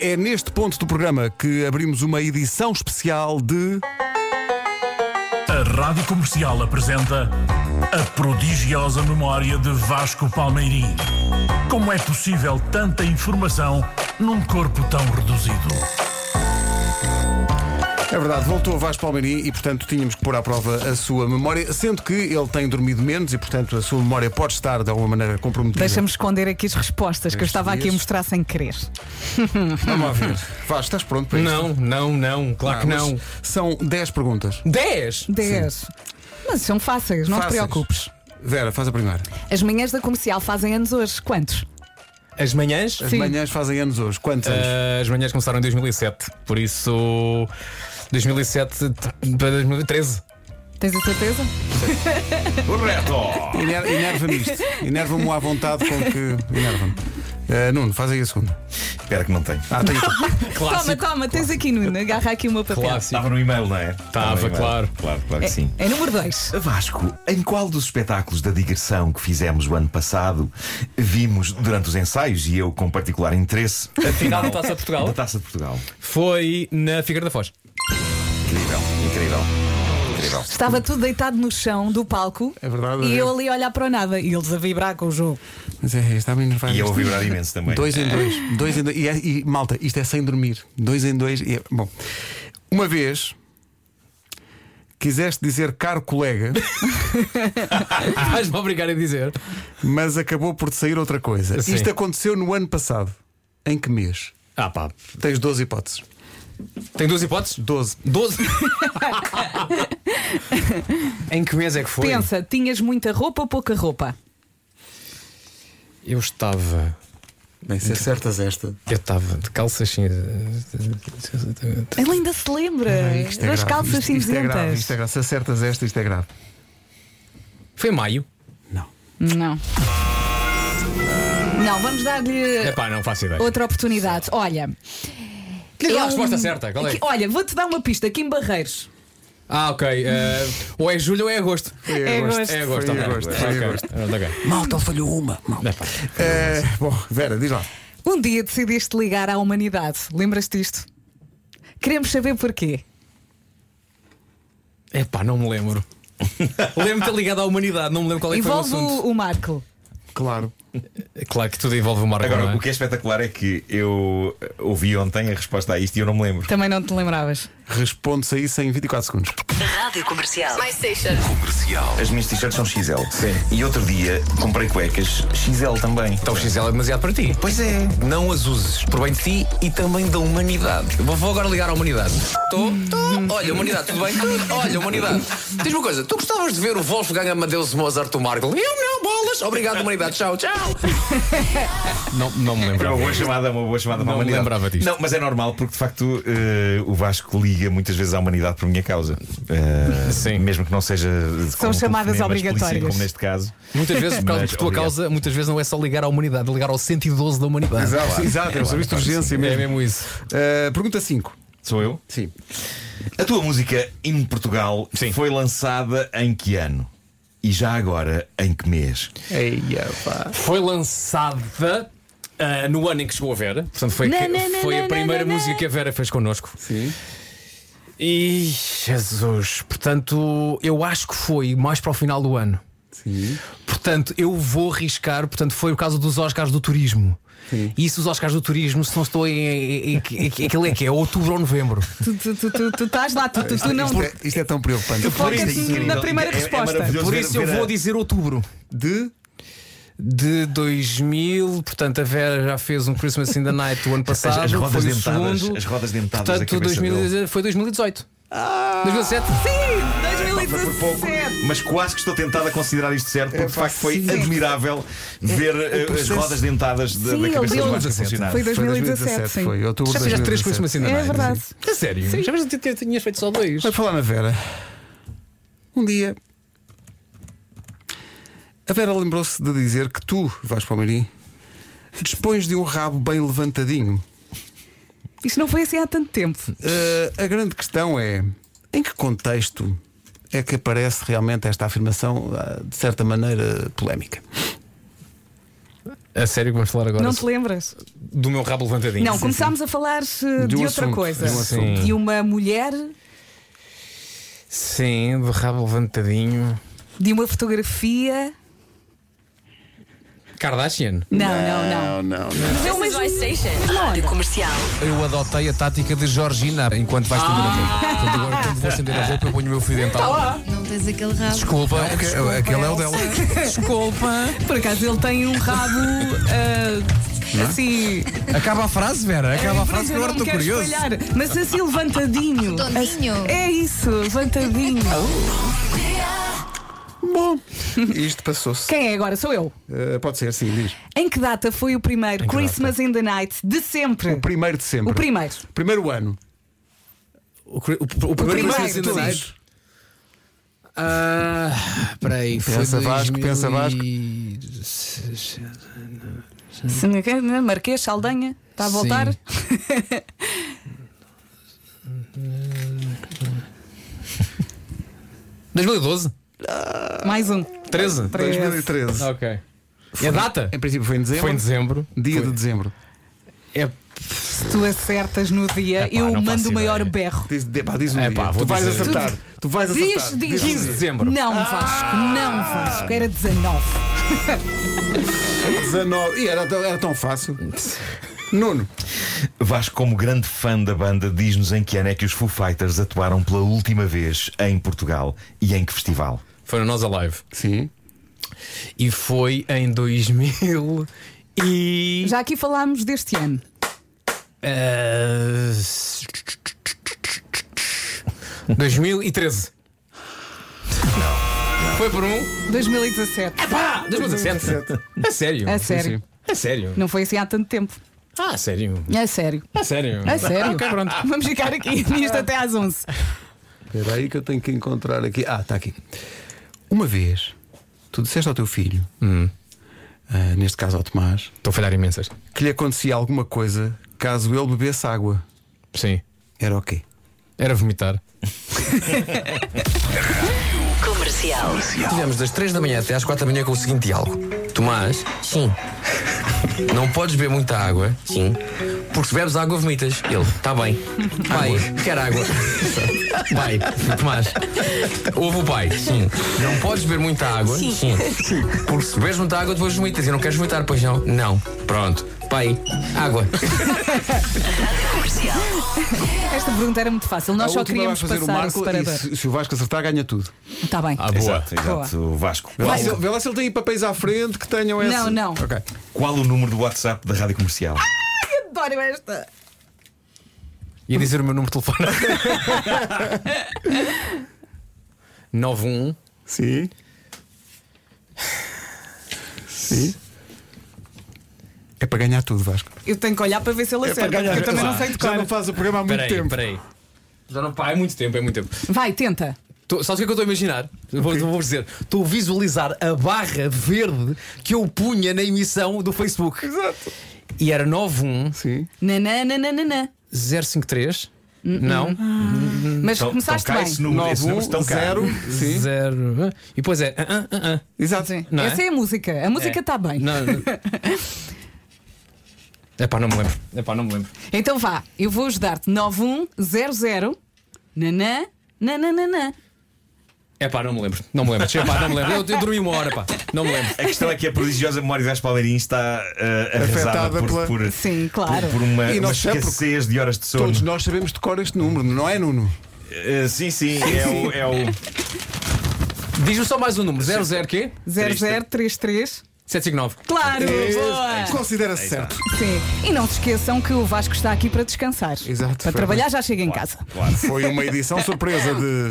É neste ponto do programa que abrimos uma edição especial de. A Rádio Comercial apresenta a prodigiosa memória de Vasco Palmeirim. Como é possível tanta informação num corpo tão reduzido? É verdade, voltou a Vasco Palmeirim e, portanto, tínhamos que pôr à prova a sua memória, sendo que ele tem dormido menos e, portanto, a sua memória pode estar de alguma maneira comprometida. Deixa-me esconder aqui as respostas que eu Três estava aqui a dias. mostrar sem querer. Vamos lá ver. Vasco, estás pronto para isto? Ah, Não, não, não, claro que mas não. São 10 perguntas. 10! 10. Mas são fáceis, não Fáceis. te preocupes. Vera, faz a primeira. As manhãs da comercial fazem anos hoje. Quantos? As manhãs? As Sim. manhãs fazem anos hoje. Quantos anos? Ah, as manhãs começaram em 2007, por isso. 2007 t- para 2013. Tens a certeza? Eh. Correto! Iner- Enerva-me isto. Enerva-me à vontade com que. Enerva-me. Eh, Nuno, faz aí a segunda. Espera que não tenho. Ah, tem Toma, toma, tens aqui, Nuno. Agarra aqui o meu papel. Clássico. Estava no e-mail, não é? Estava, no e-mail. claro. Claro, claro É, que sim. é número 2. Vasco, em qual dos espetáculos da digressão que fizemos o ano passado vimos durante os ensaios e eu com particular interesse A final da Taça de Portugal? da Taça de Portugal? Foi na Figueira da Foz. Incrível, incrível, incrível. Estava tudo deitado no chão do palco É verdade, e é. eu ali a olhar para o nada e eles a vibrar com o jogo. Mas é, está-me a enervar. E eu isto. a vibrar imenso também. Dois em dois. dois em dois. E, é- e, malta, isto é sem dormir. Dois em dois. e é- bom, uma vez quiseste dizer caro colega, Vais-me obrigar a dizer. mas acabou por te sair outra coisa. Sim. Isto aconteceu no ano passado. Em que mês? Ah, pá. Tens 12 hipóteses. Tem duas hipóteses? 12. 12. em que mês é que foi? Pensa, tinhas muita roupa ou pouca roupa? Eu estava. Bem, se acertas esta. Eu estava de calças cinza. Ele ainda se lembra Isto é das grave. calças isto, isto é grave, cinzentas. isto é grave. Se acertas esta, isto é grave. Foi em maio? Não. Não. Não, vamos dar-lhe É pá, não faço ideia. outra oportunidade. Olha. Diz lá a eu- resposta certa, qual é? Aqui- olha, vou-te dar uma pista. Aqui em Barreiros. Ah, ok. eh, ou é julho ou é agosto. É agosto. agosto. É agosto. Foi ok. agosto, foi Ok, agosto. pronto, ok. Malta, ele falhou uma. Malta. É pá. Eh, bom, Vera, diz lá. Um dia decidiste ligar à humanidade. Lembras-te disto? Queremos saber porquê. É pá, não me lembro. Lembro-me de ter ligado à humanidade, não me lembro qual é que foi o Envolve o, assunto. o Marco. Claro. É Claro que tudo envolve o Marco. não Agora, é? o que é espetacular é que eu eh, ouvi ontem a resposta a isto e eu não me lembro. Também não te lembravas. Responde-se a isso em 24 segundos. Rádio Comercial. As minhas t-shirts são XL. Sim. E outro dia comprei cuecas XL também. Então o XL é demasiado para ti. Pois é. Não as uses por bem de ti e também da humanidade. Vou, vou agora ligar à humanidade. Estou? Estou. Olha, humanidade, tudo bem? Olha, humanidade. Diz-me uma coisa, tu gostavas de ver o Wolfgang Amadeus Mozart do Markle? Eu não, bolas. Obrigado, humanidade. Tchau, tchau. Não, não me É uma lembro. boa chamada, uma boa chamada para Não a me humanidade. lembrava disto. Não, mas é normal porque de facto eh, o Vasco liga muitas vezes à humanidade por minha causa. Eh, Sim. Mesmo que não seja. São chamadas obrigatórias. Como neste caso. Muitas vezes, por causa Mas, por tua obrigado. causa, muitas vezes não é só ligar à humanidade, é ligar ao 112 da humanidade. Exato, exato, é o serviço de urgência É mesmo. mesmo isso. Eh, pergunta 5. Sou eu? Sim. A tua música em Portugal foi lançada em que ano? E já agora, em que mês? Foi lançada ah, no ano em que chegou a Vera. Portanto, foi, Na, que- na, na, foi na, a primeira na, na. música que a Vera fez connosco. Sim. E Jesus, portanto, eu acho que foi mais para o final do ano. Sim. Portanto, eu vou arriscar. Portanto, foi o caso dos Oscars do Turismo. E isso, os Oscars do Turismo, se não estou em. em, em, em- aquilo é que é outubro ou novembro. Tu, tu, tu, tu- tu estás lá, tu, tu, tu não. Isto, é, isto é tão preocupante. Foca-te Isto é incrível. assim, na primeira É- é resposta. maravilhoso Por ver- isso, eu ver a- vou dizer outubro De de 2000. Portanto, a Vera já fez um Christmas in the Night o ano passado. as rodas foi o dentadas, segundo. as rodas dentadas da Portanto, cabeça Ah! 2000 foi 2018. 2017? Sim! Por pouco, 2017! mas quase que estou tentado a considerar isto certo, porque de facto foi sim. admirável É, ver eh, as processo- rodas dentadas da, Sim, da ele cabeça deu- do Vasco a Foi funcionar. Foi Foi 2017, sim. foi outubro Já de 2017. fizeste três Christmas in the É Night. verdade. A sério? Já vês que t- tinhas feito só dois? Vai falar na Vera. Um dia. A Vera lembrou-se de dizer que tu, Vasco Palmeirim, dispões de um rabo bem levantadinho. Isto não foi assim há tanto tempo. Eh, a grande questão é: em que contexto é que aparece realmente esta afirmação, ah, de certa maneira, polémica? A sério que vamos falar agora Não te lembras? do meu rabo levantadinho? Não, começámos a falar eh, de, um outra assunto, coisa. de um assunto. De uma mulher, Sim, do rabo levantadinho. de uma fotografia. Kardashian. Não, Não, não, não. não, Mas é o mesmo. Rádio Comercial. Eu adotei a tática de Georgina enquanto Ah, vais estender a roupa. Portanto, agora, quando vou estender a roupa, eu ponho o meu fio dental. Não tens aquele rabo. Desculpa, porque aquele é o dela. Desculpa. Por acaso ele tem um rabo ah, assim. Acaba a frase, Vera. Acaba a frase que É eu agora não estou quero curioso. espalhar, mas assim levantadinho. Redondinho. Assim- É isso, levantadinho. Bom, isto passou-se. Quem é agora? Sou eu. Eh, pode ser, sim, diz. Em que data foi o primeiro Christmas in the Night de sempre? O primeiro de sempre. O primeiro. Primeiro ano. O, cri- o- o primeiro Christmas in the tu Night. dizes. Ah, espera aí, foi Pensa, 2000 Vasco, pensa, Vasco. e- Se não me engano, Marquês, Saldanha, está a Sim. voltar? Mais um. 13? 2013. Ok. E a data? Em princípio foi em dezembro. Foi em dezembro. Dia de dezembro. É, Se tu acertas no dia, Epá, eu não mando faço o maior ideia. berro. Diz, de, pá, diz um É dia. pá, tu vou vais dizer. acertar. Tu vais Diz, acertar. diz. um 15 de dia. dezembro. Não, Vasco, não, Vasco. Era 19. 19. E era, tão- era tão fácil. Nuno. Vasco, como grande fã da banda, diz-nos em que ano é que os Foo Fighters atuaram pela última vez em Portugal e em que festival? Foi no Nós Alive. Sim. E foi em 2000 e. Já aqui falámos deste ano. eh, 2013. Foi por um. Ah, 2017. Pá! 2017. É sério. A sério. É sério. Não foi assim há tanto tempo. Ah, sério. É sério. É sério. Ah, É sério. Ok, pronto. Vamos ficar aqui nisto até às 11. Espera aí que eu tenho que encontrar aqui. Ah, está aqui. Uma vez, tu disseste ao teu filho, ah, neste caso ao Tomás, Estou a falhar imensas. que lhe acontecia alguma coisa caso ele bebesse água. Sim. Era o quê? Era vomitar. Comercial. Tivemos das 3 da manhã até às 4 da manhã com o seguinte diálogo: Tomás? Sim. Não podes beber muita água? Sim. Porque se bebes água, vomitas. Ele: Está bem. Pai, quer água. Pai, Tomás. Ouve o pai: Sim. Não podes beber muita água? Sim. Porque se bebes muita água, depois vomitas. E não queres vomitar, pois não? Não. Pronto. Pai, água. Comercial. Esta pergunta era muito fácil. Nós A só última queríamos vai fazer passar o o, Marco e separador. se, se o Vasco acertar, ganha tudo. Está bem. Ah, Exato, exato. Vasco, Vê lá, qual, se, vê lá se ele tem aí papéis à frente que tenham essa. Não, não. Ok. qual o número do WhatsApp da Rádio Comercial? Adoro esta. Ia dizer o meu número de telefone. 91 Sim. Sim. É para ganhar tudo, Vasco. Eu tenho que olhar É para ver se É ele acerta, porque eu também não sei Já não tocar. faz o programa há muito Peraí, tempo. peraí. Já não pá, é muito tempo, é muito tempo. Vai, tenta. Tô, sabes o que é que eu estou a imaginar? Vou, vou dizer, estou a visualizar a barra verde que eu punha na emissão do Facebook. Exato. E era 91 Sim. Nananana. 053 não Mas Então, então começaste cá bem. esse número, esse número estão cá. 0. Sim. zero e depois é ah, ah, ah, ah. Exato. Sim. Não é? Essa é a música. A música está bem. Não, não. Epá, não me lembro. Epá, não me lembro. Então vá, eu vou ajudar-te. 9100 nanã nananana. Epá, não me lembro. Não me lembro. Epá, não me lembro. Eu, eu dormi uma hora, pá. Não me lembro. A questão é que a prodigiosa memória de Vasco Palmeirim está eh, Afetada arrasada por, pela- por- Sim, claro. por, por uma, E uma nós sempre- escassez de horas de sono. Todos nós sabemos de cor este número, não é, Nuno? Eh, sim, sim, é o. É o Diz-me só mais um número. 00 quê? 0033. 759. Claro, Este boa. Considera-se certo. Sim. E não se esqueçam que o Vasco está aqui para descansar. Exato, Para foi trabalhar já chega em casa. Foi uma edição surpresa de.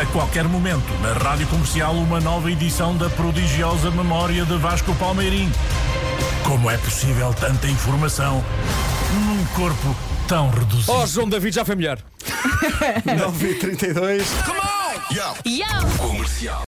A qualquer momento, na Rádio Comercial, uma nova edição da prodigiosa memória de Vasco Palmeirim. Como é possível tanta informação num corpo tão reduzido? Oh, João David É. já foi melhor. 9h32.